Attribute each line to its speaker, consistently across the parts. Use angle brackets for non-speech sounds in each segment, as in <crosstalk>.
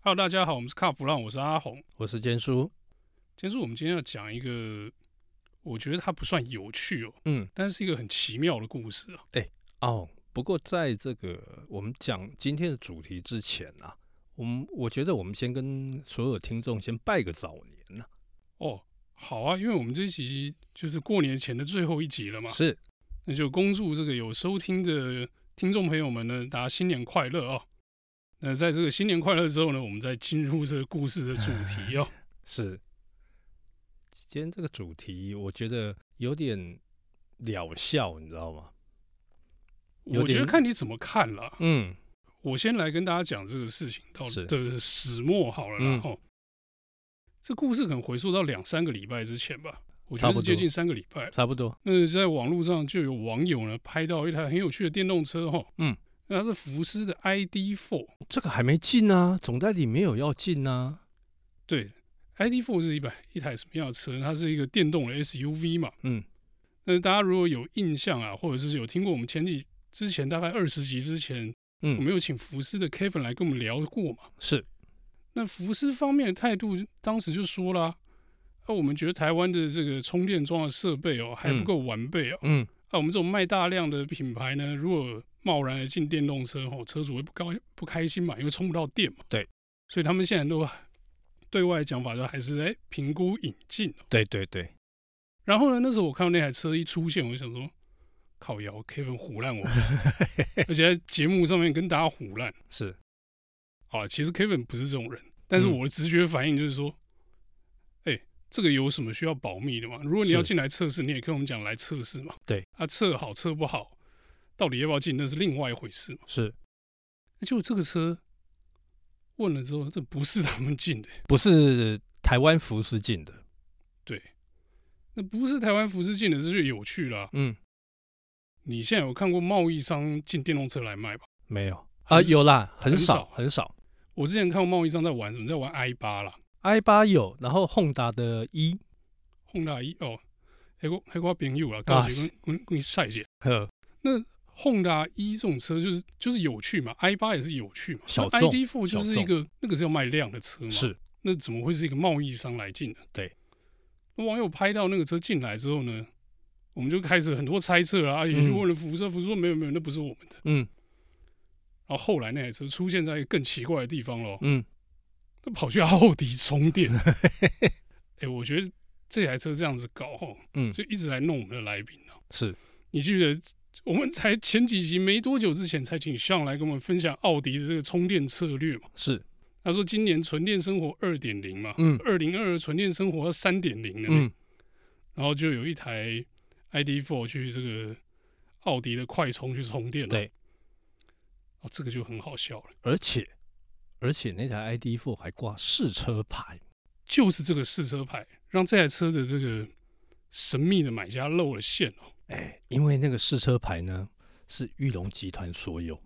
Speaker 1: Hello，大家好，我们是卡弗朗，我是阿红。
Speaker 2: 我是坚叔。
Speaker 1: 今天是我们今天要讲一个，我觉得它不算有趣哦，
Speaker 2: 嗯，
Speaker 1: 但是一个很奇妙的故事啊。
Speaker 2: 哦，不过在这个我们讲今天的主题之前啊，我们我觉得我们先跟所有听众先拜个早年呐、啊
Speaker 1: 哦，好啊，因为我们这一集就是过年前的最后一集了嘛，
Speaker 2: 是，
Speaker 1: 那就恭祝这个有收听的听众朋友们呢，大家新年快乐哦。那在这个新年快乐之后呢，我们再进入这个故事的主题哦。
Speaker 2: 是，今天这个主题我觉得有点疗效，你知道吗？ <laughs> 有
Speaker 1: 我觉得
Speaker 2: 点
Speaker 1: 看你怎么看啦。
Speaker 2: 嗯，
Speaker 1: 我先来跟大家讲这个事情到
Speaker 2: 是
Speaker 1: 的始末好了啦，然
Speaker 2: 嗯
Speaker 1: 后、这故事可能回溯到两三个礼拜之前吧，我觉
Speaker 2: 差
Speaker 1: 得
Speaker 2: 不
Speaker 1: 是
Speaker 2: 多
Speaker 1: 接近三个礼拜。
Speaker 2: 差不多，
Speaker 1: 那在网络上就有网友呢拍到一台很有趣的电动车哈，
Speaker 2: 嗯，
Speaker 1: 那它是福斯的 ID Four，
Speaker 2: 这个还没进啊，总代理没有要进啊，
Speaker 1: 对，ID Four 是一百一台什么样的车呢？它是一个电动的 SUV 嘛，
Speaker 2: 嗯，
Speaker 1: 那大家如果有印象啊，或者是有听过我们前几之前大概二十集之前，
Speaker 2: 嗯
Speaker 1: 我们有请福斯的 Kevin 来跟我们聊过嘛。
Speaker 2: 是，
Speaker 1: 那福斯方面的态度，当时就说啦、啊，我们觉得台湾的这个充电桩的设备哦还不够完备哦，
Speaker 2: 嗯，
Speaker 1: 啊，我们这种卖大量的品牌呢，如果贸然的进电动车哦，车主会不高不开心嘛，因为充不到电嘛。
Speaker 2: 对，
Speaker 1: 所以他们现在都对外讲法就还是哎评估引进、哦。
Speaker 2: 对对对，
Speaker 1: 然后呢，那时候我看到那台车一出现，我就想说，靠摇 Kevin 胡烂我，而且在节目上面跟大家胡烂。
Speaker 2: 是，
Speaker 1: 啊，其实 Kevin 不是这种人，但是
Speaker 2: 嗯
Speaker 1: 我的直觉反应就是说，哎、这个有什么需要保密的吗？如果你要
Speaker 2: 是
Speaker 1: 进来测试，你也跟我们讲来测试嘛。
Speaker 2: 对，
Speaker 1: 啊，测好测不好，到底要不要进那是另外一回事嘛。
Speaker 2: 是
Speaker 1: 那结果这个车问了之后，这不是他们进的， <laughs>
Speaker 2: 不是台湾服饰进的？
Speaker 1: 那不是台湾福斯进的，这就有趣啦。
Speaker 2: 嗯，
Speaker 1: 你现在有看过贸易商进电动车来卖吧？
Speaker 2: 没有啊，
Speaker 1: 很少
Speaker 2: 有啦，很
Speaker 1: 很
Speaker 2: 少
Speaker 1: 少
Speaker 2: 很少。
Speaker 1: 我之前看过贸易商在玩什么，在玩 i 八啦，
Speaker 2: i 八有，然后 Honda 的一、
Speaker 1: 轰大一哦，还有还有我朋友啦，告诉
Speaker 2: 啊是
Speaker 1: 你，我我你晒一下。
Speaker 2: 呵，
Speaker 1: Honda 一这种车就是就是有趣嘛，i 八也是有趣嘛
Speaker 2: 小众
Speaker 1: ，ID Four 就是一个那个是要卖量的车嘛，，
Speaker 2: 是
Speaker 1: 那怎么会是一个贸易商来进的？
Speaker 2: 对，
Speaker 1: 那网友拍到那个车进来之后呢，我们就开始很多猜测啦，啊也去
Speaker 2: 嗯
Speaker 1: 问了福车，福车说没有没有，那不是我们的。
Speaker 2: 嗯
Speaker 1: 然后后来那台车出现在一个更奇怪的地方咯，
Speaker 2: 嗯，
Speaker 1: 它跑去奥迪充
Speaker 2: <laughs>
Speaker 1: 电，哎、我觉得这台车这样子搞吼，
Speaker 2: 嗯
Speaker 1: 就一直来弄我们的来宾啊。
Speaker 2: 是
Speaker 1: 你记得我们才前几集没多久之前才请向来跟我们分享奥迪的这个充电策略嘛？
Speaker 2: 是，
Speaker 1: 他说今年纯电生活二点零嘛，
Speaker 2: 嗯
Speaker 1: 二零二二纯电生活要三点零了呢、
Speaker 2: 嗯
Speaker 1: 然后就有一台 ID Four 去这个奥迪的快充去充电了。
Speaker 2: 对，
Speaker 1: 哦，这个就很好笑了，
Speaker 2: 而且而且那台 ID Four 还挂试车牌，
Speaker 1: 就是这个试车牌让这台车的这个神秘的买家露了馅哦。
Speaker 2: 哎，因为那个试车牌呢是玉龙集团所有，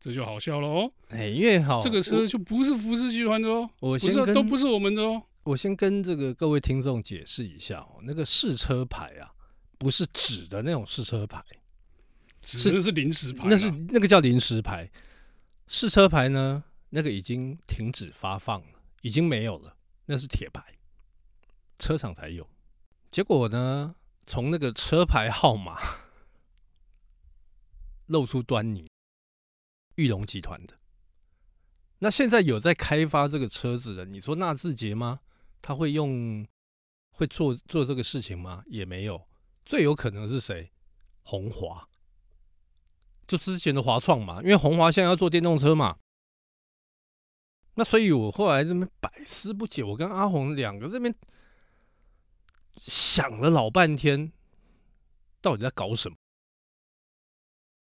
Speaker 1: 这就好笑了哦，
Speaker 2: 哎，因为好
Speaker 1: 这个车就不是福斯集团的哦，
Speaker 2: 我
Speaker 1: 不
Speaker 2: 我先
Speaker 1: 是啊
Speaker 2: 跟
Speaker 1: 都不是我们的哦。
Speaker 2: 我先跟这个各位听众解释一下哦，那个试车牌啊。不是纸的那种试车牌，
Speaker 1: 只
Speaker 2: 是
Speaker 1: 那是临时牌啦，
Speaker 2: 那是那个叫临时牌。试车牌呢，那个已经停止发放了，已经没有了，那是铁牌，车厂才有。结果呢，从那个车牌号码露出端倪，玉龙集团的。那现在有在开发这个车子的，你说纳智捷吗？他会用会做做这个事情吗？也没有。最有可能是谁？红华。就之前的华创嘛，因为红华现在要做电动车嘛。那所以我后来这边百思不解，我跟阿红两个这边想了老半天，到底在搞什么？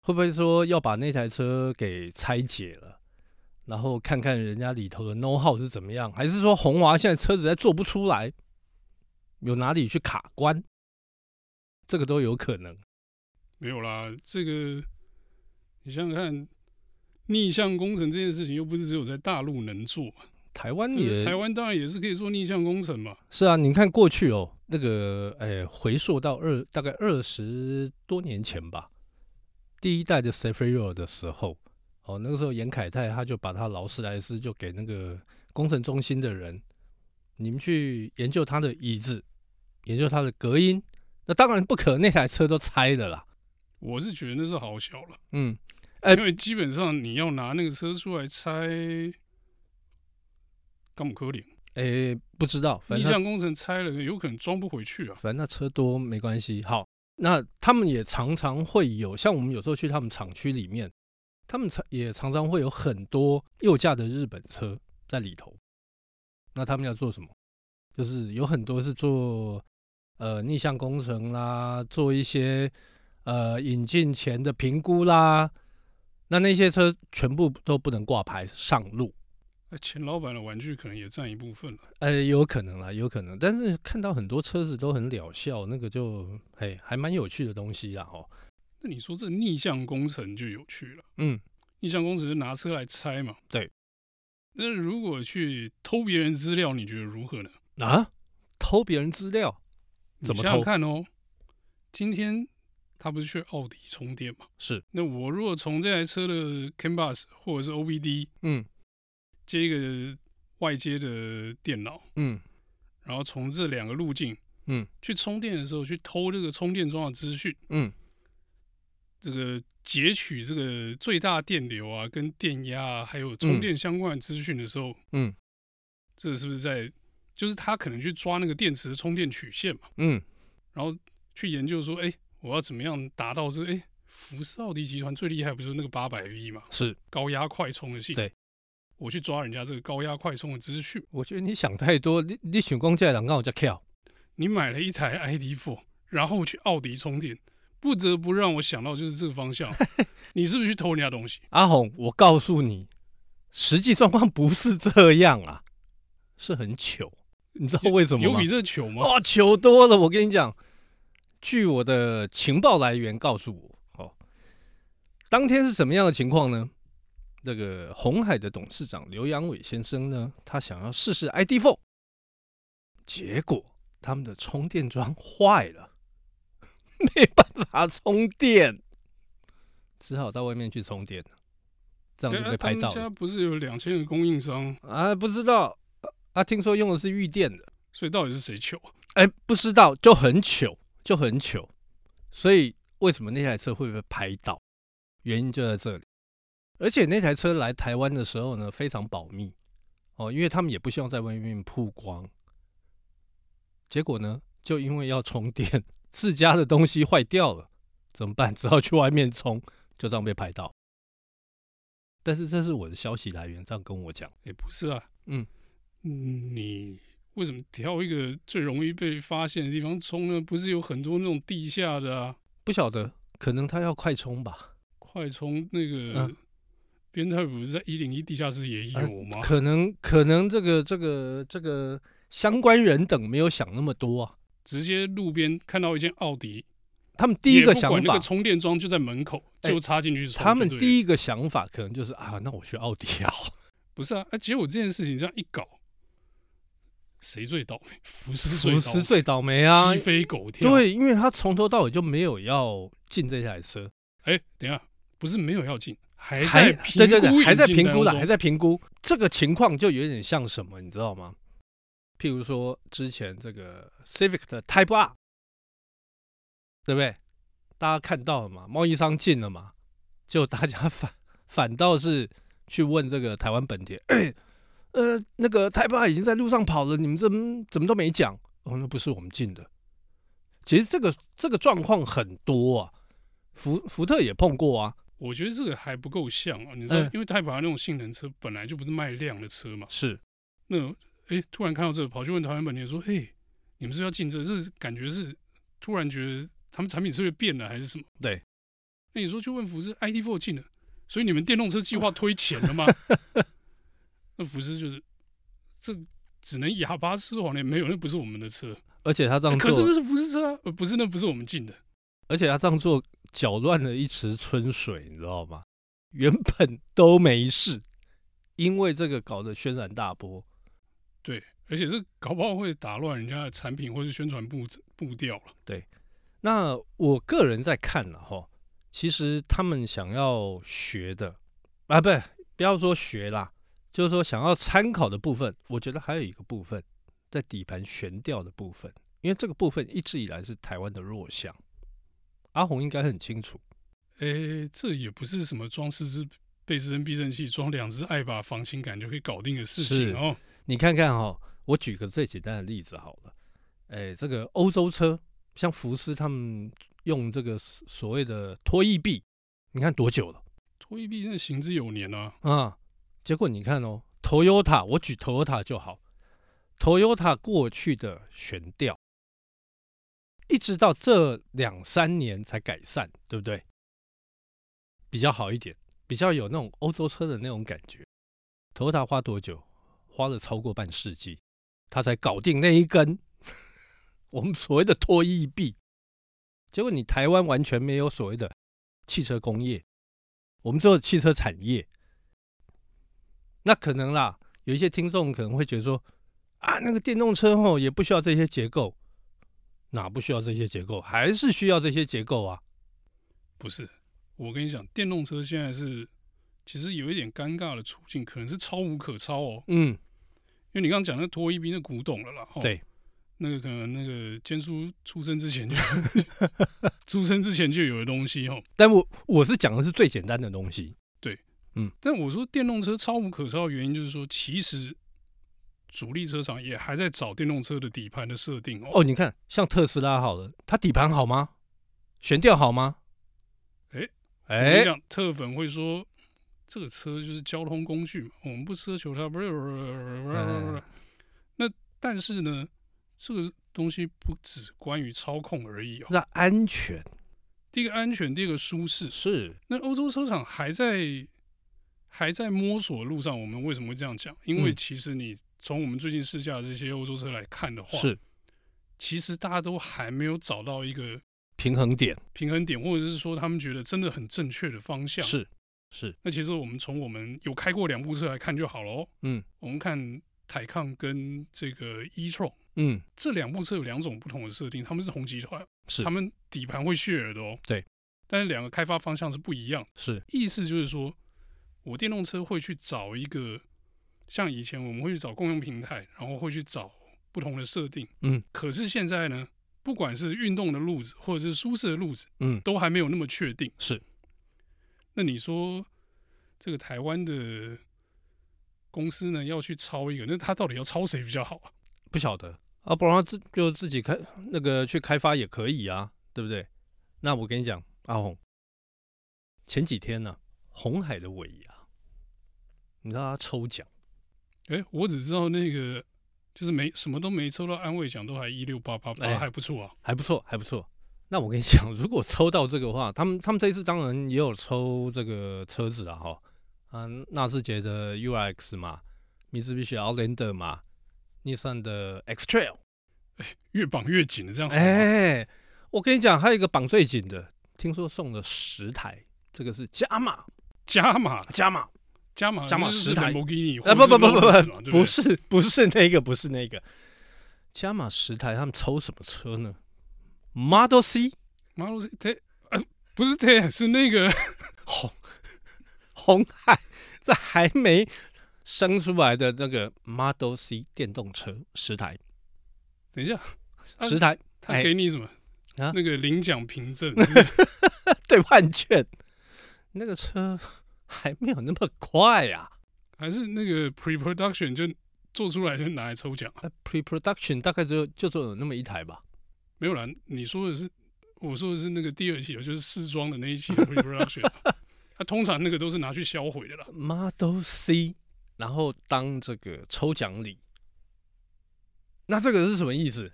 Speaker 2: 会不会说要把那台车给拆解了，然后看看人家里头的 know how 是怎么样？还是说红华现在车子还做不出来，有哪里去卡关？这个都有可能。
Speaker 1: 没有啦，这个你想想看，逆向工程这件事情又不是只有在大陆能做嘛，
Speaker 2: 台湾
Speaker 1: 就是
Speaker 2: 也
Speaker 1: 台湾当然也是可以做逆向工程嘛。
Speaker 2: 是啊，你看过去哦，那个哎，回溯到二大概二十多年前吧，第一代的 s a f a r i o 的时候，哦，那个时候严凯泰他就把他劳斯莱斯就给那个工程中心的人，你们去研究它的椅子，研究它的隔音。那当然不可能，那台车都拆的啦。
Speaker 1: 我是觉得那是好小了，
Speaker 2: 嗯，哎
Speaker 1: 因为基本上你要拿那个车出来拆，干不可怜。
Speaker 2: 诶、哎不知道，反
Speaker 1: 逆
Speaker 2: 正它
Speaker 1: 向工程拆了，有可能装不回去啊。
Speaker 2: 反正那车多没关系。好，那他们也常常会有，像我们有时候去他们厂区里面，他们常也常常会有很多右驾的日本车在里头。那他们要做什么？就是有很多是做呃逆向工程啦，做一些呃引进前的评估啦。那那些车全部都不能挂牌上路。
Speaker 1: 哎钱老板的玩具可能也占一部分了。
Speaker 2: 呃，有可能啦，有可能，但是看到很多车子都很了笑，那个就嘿，还蛮有趣的东西啦，哦，
Speaker 1: 那你说这逆向工程就有趣了，
Speaker 2: 嗯，
Speaker 1: 逆向工程就拿车来拆嘛。
Speaker 2: 对。
Speaker 1: 那如果去偷别人资料，你觉得如何呢？
Speaker 2: 啊，偷别人资料，怎
Speaker 1: 你
Speaker 2: 么
Speaker 1: 想想
Speaker 2: 偷？
Speaker 1: 看哦，今天他不是去奥迪充电嘛？
Speaker 2: 是，
Speaker 1: 那我如果从这台车的 CAN bus 或者是 OBD
Speaker 2: 嗯
Speaker 1: 接一个外接的电脑，
Speaker 2: 嗯，
Speaker 1: 然后从这两个路径，
Speaker 2: 嗯，
Speaker 1: 去充电的时候去偷这个充电桩的资讯，
Speaker 2: 嗯，
Speaker 1: 这个截取这个最大电流啊、跟电压啊，还有充电相关的资讯的时候，
Speaker 2: 嗯，
Speaker 1: 这是不是在就是他可能去抓那个电池的充电曲线嘛，
Speaker 2: 嗯，
Speaker 1: 然后去研究说，哎、我要怎么样达到这个，哎、福斯奥迪集团最厉害不就是那个八百 V 嘛，
Speaker 2: 是，
Speaker 1: 高压快充的系统，
Speaker 2: 对，
Speaker 1: 我去抓人家这个高压快充的资讯，
Speaker 2: 我觉得你想太多，你你选公家人跟我叫跳，
Speaker 1: 你买了一台 ID Four，然后去奥迪充电，不得不让我想到就是这个方
Speaker 2: <laughs>
Speaker 1: 向。你是不是去偷人家东西？
Speaker 2: 阿红，我告诉你，实际状况不是这样啊，是很糗，你知道为什么
Speaker 1: 有
Speaker 2: 吗
Speaker 1: 比？这糗吗？
Speaker 2: <laughs> 哇，球多了！我跟你讲，据我的情报来源告诉我，哦，当天是什么样的情况呢？这个红海的董事长刘阳伟先生呢，他想要试试 ID Four，结果他们的充电桩坏了， <laughs> 没办法充电，只好到外面去充电了这样
Speaker 1: 哎
Speaker 2: 就被拍
Speaker 1: 他
Speaker 2: 到
Speaker 1: 们家
Speaker 2: 了
Speaker 1: 不是有两千个供应商，
Speaker 2: 啊！不知道啊，听说用的是玉电的。
Speaker 1: 所以到底是谁糗啊？
Speaker 2: 哎，不知道就很糗，就很糗。所以为什么那台车会被拍到？原因就在这里。而且那台车来台湾的时候呢，非常保密哦，因为他们也不希望在外面曝光。结果呢，就因为要充电，自家的东西坏掉了，怎么办？只好去外面充，就这样被拍到。但是这是我的消息来源，这样跟我讲。
Speaker 1: 也不是啊，
Speaker 2: 嗯
Speaker 1: 嗯，你为什么挑一个最容易被发现的地方充呢？不是有很多那种地下的啊，
Speaker 2: 不晓得，可能他要快充吧。
Speaker 1: 快充那个
Speaker 2: 嗯。哎
Speaker 1: 边太不是在一零一地下室也有吗？
Speaker 2: 可能可能这个这个这个相关人等没有想那么多啊，
Speaker 1: 直接路边看到一间奥迪，
Speaker 2: 他们第一个
Speaker 1: 也不
Speaker 2: 想
Speaker 1: 管那
Speaker 2: 法
Speaker 1: 个，充电桩就在门口，
Speaker 2: 哎
Speaker 1: 就插进去充就对了。
Speaker 2: 他们第一个想法可能就是啊，那我学奥迪好，
Speaker 1: 不是啊，啊，结果这件事情这样一搞，谁最倒霉？ <laughs> 福斯 <laughs> 最
Speaker 2: <laughs> 属
Speaker 1: 倒
Speaker 2: 实
Speaker 1: 霉，
Speaker 2: 最倒霉啊
Speaker 1: 鸡。飞狗跳。，
Speaker 2: 对，因为他从头到尾就没有要进这台车，
Speaker 1: 哎，等一下，不是没有要进，还在
Speaker 2: 还对
Speaker 1: 评
Speaker 2: 对
Speaker 1: 估
Speaker 2: 对，
Speaker 1: 引
Speaker 2: 还在
Speaker 1: 进
Speaker 2: 评
Speaker 1: 当
Speaker 2: 估了，
Speaker 1: 中
Speaker 2: 还在评估。这个情况就有点像什么，你知道吗？譬如说之前这个 Civic 的 Type R，对不对？大家看到了嘛，贸易商进了嘛，就大家反反倒是去问这个台湾本田，哎，呃，那个 Type R 已经在路上跑了，你们怎么怎么都没讲？哦，那不是我们进的。其实这个这个状况很多啊，福福特也碰过啊，
Speaker 1: 我觉得这个还不够像啊，你知道，
Speaker 2: 嗯
Speaker 1: 因为太把那种性能车本来就不是卖量的车嘛。
Speaker 2: 是
Speaker 1: 那哎，突然看到这个，跑去问台湾本田说：“嘿，你们是不是要进这？这是感觉是突然觉得他们产品策略变了还是什么？”
Speaker 2: 对。
Speaker 1: 那你说去问福斯 ID4 进了，所以你们电动车计划推前了吗？ <laughs> 那福斯就是这只能哑巴吃黄连，没有那不是我们的车，
Speaker 2: 而且他这样做，
Speaker 1: 哎可是那是福斯车啊，呃不是那不是我们进的，
Speaker 2: 而且他这样做搅乱了一池春水，你知道吗？原本都没事，因为这个搞得轩然大波。
Speaker 1: 对，而且这搞不好会打乱人家的产品或是宣传步步调了。
Speaker 2: 那我个人在看了哈，其实他们想要学的，啊，不，不要说学啦，就是说想要参考的部分，我觉得还有一个部分在底盘悬吊的部分，因为这个部分一直以来是台湾的弱项。阿红应该很清楚，
Speaker 1: 诶，这也不是什么装四支贝斯跟避震器，装两只爱把防倾杆就可以搞定的事
Speaker 2: 是
Speaker 1: 情哦。
Speaker 2: 你看看哈、我举个最简单的例子好了，哎，这个欧洲车，像福斯他们用这个所所谓的拖曳臂，你看多久了？
Speaker 1: 拖曳臂那行之有年啊，
Speaker 2: 啊，结果你看哦，Toyota，我举 Toyota 就好，Toyota 过去的悬吊，一直到这两三年才改善，对不对？比较好一点，比较有那种欧洲车的那种感觉。Toyota 花多久？花了超过半世纪，他才搞定那一根 <laughs> 我们所谓的脱衣臂。结果你台湾完全没有所谓的汽车工业，我们只有汽车产业，那可能啦，有一些听众可能会觉得说，啊，那个电动车哦也不需要这些结构，哪不需要这些结构，还是需要这些结构啊？
Speaker 1: 不是？我跟你讲，电动车现在是其实有一点尴尬的处境，可能是超无可超哦。
Speaker 2: 嗯，
Speaker 1: 因为你刚刚讲那拖曳臂那古董了啦，哦、
Speaker 2: 对，
Speaker 1: 那个可能那个坚叔出生之前就 <laughs> 出生之前就有的东西哦。
Speaker 2: 但我我是讲的是最简单的东西，
Speaker 1: 但我说电动车超无可超的原因，就是说其实主力车厂也还在找电动车的底盘的设定哦。
Speaker 2: 哦，你看像特斯拉好了，它底盘好吗？悬吊好吗？
Speaker 1: 诶我
Speaker 2: 哎
Speaker 1: 跟你，讲特粉会说这个车就是交通工具嘛，我们不奢求它。
Speaker 2: 哎
Speaker 1: 那但是呢，这个东西不只关于操控而已哦。
Speaker 2: 那安全
Speaker 1: 第一个安全，第二个舒适。
Speaker 2: 是
Speaker 1: 那欧洲车厂还在还在摸索的路上，我们为什么会这样讲？因为
Speaker 2: 嗯
Speaker 1: 其实你从我们最近试驾的这些欧洲车来看的话，
Speaker 2: 是
Speaker 1: 其实大家都还没有找到一个
Speaker 2: 平衡点，
Speaker 1: 平衡点，或者是说他们觉得真的很正确的方向。
Speaker 2: 是是，
Speaker 1: 那其实我们从我们有开过两部车来看就好了哦。
Speaker 2: 嗯
Speaker 1: 我们看台抗跟这个 e-tron
Speaker 2: 嗯
Speaker 1: 这两部车有两种不同的设定，他们是同集团，
Speaker 2: 是
Speaker 1: 他们底盘会 share 的哦。
Speaker 2: 对，
Speaker 1: 但是两个开发方向是不一样的，
Speaker 2: 是
Speaker 1: 意思就是说，我电动车会去找一个像以前我们会去找共用平台，然后会去找不同的设定。
Speaker 2: 嗯
Speaker 1: 可是现在呢，不管是运动的路子或者是舒适的路子，
Speaker 2: 嗯
Speaker 1: 都还没有那么确定。
Speaker 2: 是，
Speaker 1: 那你说这个台湾的公司呢，要去抄一个，那他到底要抄谁比较好啊？
Speaker 2: 不晓得啊，不然他自就自己开那个去开发也可以啊，对不对？那我跟你讲，阿红，前几天呢、红海的尾牙，你知道他抽奖，
Speaker 1: 诶、我只知道那个就是没什么都没抽到安慰奖，都还一六八八
Speaker 2: 哎
Speaker 1: 八，还不错啊。
Speaker 2: 还不错，还不错。那我跟你讲，如果抽到这个话，他们他们这一次当然也有抽这个车子了哈，啊，纳智捷的 UX 嘛，米兹必须 Outlander 嘛，日产的 X Trail，
Speaker 1: 越绑越紧的这样好吗。
Speaker 2: 哎、我跟你讲，还有一个绑最紧的，听说送了十台，这个是加码，
Speaker 1: 加码
Speaker 2: 加码
Speaker 1: 加码
Speaker 2: 加码十台
Speaker 1: 摩尼，
Speaker 2: 啊！不不不不
Speaker 1: 不
Speaker 2: 不，不是不是那个，不是那个，加码十台，他们抽什么车呢？Model C
Speaker 1: 马路是 T，呃，不是 T，是 <laughs> 那个
Speaker 2: 红 <laughs> 红海，这还没生出来的那个 Model C 电动车十台，
Speaker 1: 等一下，啊
Speaker 2: 十台
Speaker 1: 他
Speaker 2: 哎
Speaker 1: 给你什么？
Speaker 2: 啊
Speaker 1: 那个领奖凭证，
Speaker 2: 兑换券，那个车还没有那么快啊呀、
Speaker 1: <laughs> 还是那个 pre production 就做出来就拿来抽奖啊？
Speaker 2: 啊。Pre production 大概只有就只有那么一台吧。
Speaker 1: 没有啦，你说的是，我说的是那个第二期，就是试装的那一期 pre production，啊啊通常那个都是拿去销毁的啦。
Speaker 2: Model C，然后当这个抽奖礼。那这个是什么意思？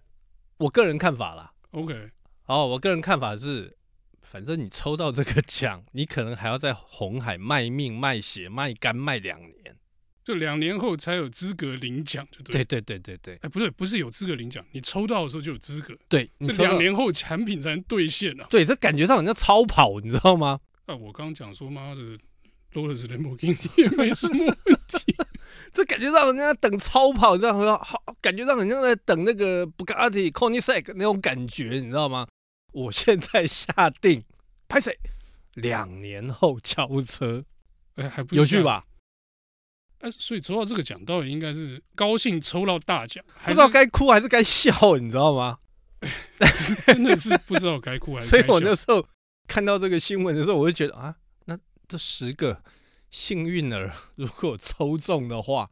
Speaker 2: 我个人看法啦。
Speaker 1: OK，
Speaker 2: 哦，我个人看法是，反正你抽到这个奖， <laughs> 你可能还要在红海卖命、卖血、卖肝、卖两年。
Speaker 1: 就两年后才有资格领奖，就对。
Speaker 2: 对对对对对
Speaker 1: 哎，不对，不是有资格领奖，你抽到的时候就有资格，
Speaker 2: 对，你
Speaker 1: 是
Speaker 2: 抽到
Speaker 1: 两。年后产品才能兑现啊！
Speaker 2: 对，这感觉上人家超跑，你知道吗？
Speaker 1: 啊，我刚刚讲说妈的，Lotus Lamborghini 也没什么问题，
Speaker 2: 这感觉让人家等超跑，你知道吗？好，感觉让人家在等那个 Bugatti c o n i s e c 那种感觉，你知道吗？我现在下定，拍谁？两年后交车，
Speaker 1: 哎，还不
Speaker 2: 有
Speaker 1: 是这样？
Speaker 2: 趣吧？
Speaker 1: 哎，所以抽到这个奖，到底应该是高兴抽到大奖，
Speaker 2: 不
Speaker 1: 还
Speaker 2: 知
Speaker 1: 是
Speaker 2: 道该哭还是该笑，你知道吗？
Speaker 1: 真的是不知道该哭还是
Speaker 2: 所
Speaker 1: 该
Speaker 2: 以
Speaker 1: 笑？
Speaker 2: 我那时候看到这个新闻的时候，我就觉得啊，那这十个幸运儿 <laughs> 如果抽中的话，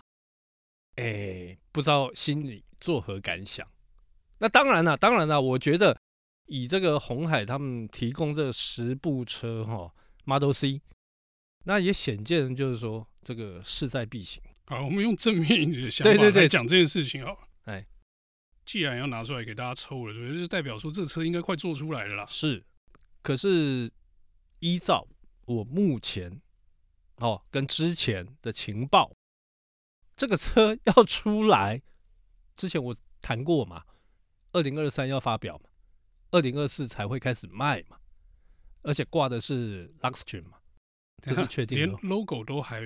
Speaker 2: 哎、不知道心里作何感想。那当然了、当然了、我觉得以这个红海他们提供这十部车哈、Model C，那也显见就是说这个势在必行。
Speaker 1: 好，我们用正面一点的想
Speaker 2: 对对
Speaker 1: 法
Speaker 2: 对
Speaker 1: 来讲这件事情好了。
Speaker 2: 哎，
Speaker 1: 既然要拿出来给大家抽了，所以就代表说这车应该快做出来了啦。
Speaker 2: 是，可是依照我目前哦跟之前的情报，这个车要出来之前我谈过嘛，二零二三要发表嘛，二零二四才会开始卖嘛，而且挂的是 Luxgen 嘛，这是确定的
Speaker 1: 连 logo 都还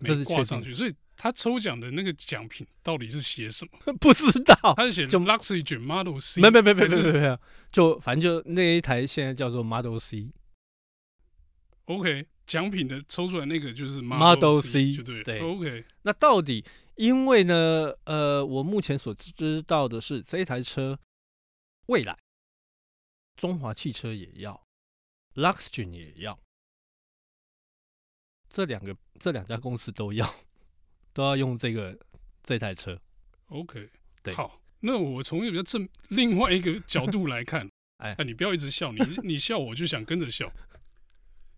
Speaker 2: 这
Speaker 1: 没
Speaker 2: 是确
Speaker 1: 挂上
Speaker 2: 定
Speaker 1: 去，所以他抽奖的那个奖品到底是写什么？
Speaker 2: 不知道，
Speaker 1: 他是写
Speaker 2: 就
Speaker 1: Luxury Gen Model C，
Speaker 2: 没没没没
Speaker 1: 还是
Speaker 2: 没没没，就反正就那一台现在叫做 Model C，
Speaker 1: OK，奖品的抽出来那个就是
Speaker 2: Model C，
Speaker 1: C，就对了。
Speaker 2: 对
Speaker 1: OK，
Speaker 2: 那到底，因为呢，呃，我目前所知道的是，这一台车未来中华汽车也要，Luxgen 也要，这两个这两家公司都要， <laughs> 都要用这个这台车。
Speaker 1: OK，
Speaker 2: 对
Speaker 1: 好，那我从一个比较正另外一个角度来看，
Speaker 2: <laughs> 哎
Speaker 1: 啊，你不要一直笑，你你笑我就想跟着笑。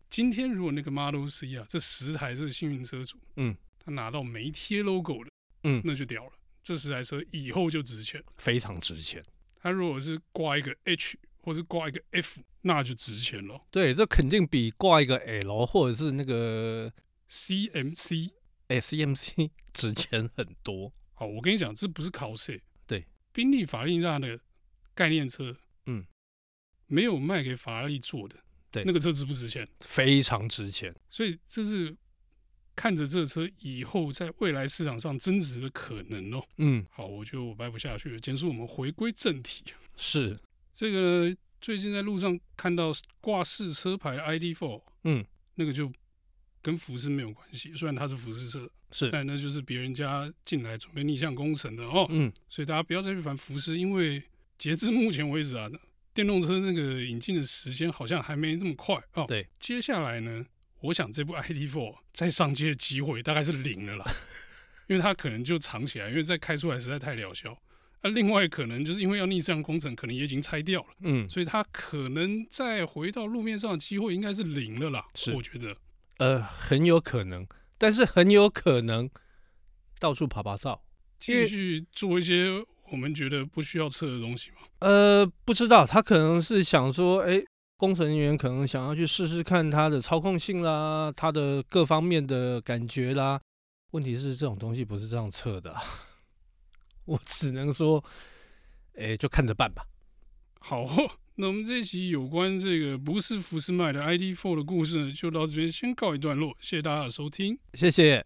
Speaker 1: 今天如果那个 Model C 啊，这十台这个幸运车主，
Speaker 2: 嗯，
Speaker 1: 他拿到没贴 logo 的，
Speaker 2: 嗯
Speaker 1: 那就屌了，这十台车以后就值钱。
Speaker 2: 非常值钱。
Speaker 1: 他如果是挂一个 H 或是挂一个 F，那就值钱了。
Speaker 2: 对，这肯定比挂一个 L 或者是那个
Speaker 1: CMC，
Speaker 2: SMC <laughs> 值钱很多。
Speaker 1: 好，我跟你讲，这不是 c o s
Speaker 2: 对，
Speaker 1: 宾利法利纳的概念车，
Speaker 2: 嗯，
Speaker 1: 没有卖给法拉利做的，
Speaker 2: 对
Speaker 1: 那个车值不值钱？
Speaker 2: 非常值钱，
Speaker 1: 所以这是看着这车以后在未来市场上增值的可能哦。
Speaker 2: 嗯，
Speaker 1: 好，我觉得我掰不下去了。简述我们回归正题，
Speaker 2: 是，
Speaker 1: 这个最近在路上看到挂试车牌的 ID.4，
Speaker 2: 嗯，
Speaker 1: 那个就跟福斯没有关系，虽然它是福斯车，
Speaker 2: 是，
Speaker 1: 但那就是别人家进来准备逆向工程的哦。
Speaker 2: 嗯，
Speaker 1: 所以大家不要再去烦福斯，因为截至目前为止啊，电动车那个引进的时间好像还没这么快哦。
Speaker 2: 对，
Speaker 1: 接下来呢，我想这部 ID.4 再上街的机会大概是零了啦，因为它可能就藏起来，因为再开出来实在太疗效。那、另外可能就是因为要逆向工程，可能也已经拆掉了，
Speaker 2: 嗯，
Speaker 1: 所以它可能再回到路面上的机会应该是零了啦。
Speaker 2: 是
Speaker 1: 我觉得
Speaker 2: 呃，很有可能，但是很有可能到处爬爬照。因为
Speaker 1: 继续做一些我们觉得不需要测的东西嘛。
Speaker 2: 呃，不知道他可能是想说，哎，工程人员可能想要去试试看它的操控性啦，它的各方面的感觉啦。问题是这种东西不是这样测的啊、 <laughs> 我只能说，哎，就看着办吧。
Speaker 1: <laughs> 好、哦，那我们这一期有关这个不是福斯麦的 ID Four 的故事呢，就到这边先告一段落，谢谢大家的收听。
Speaker 2: 谢谢。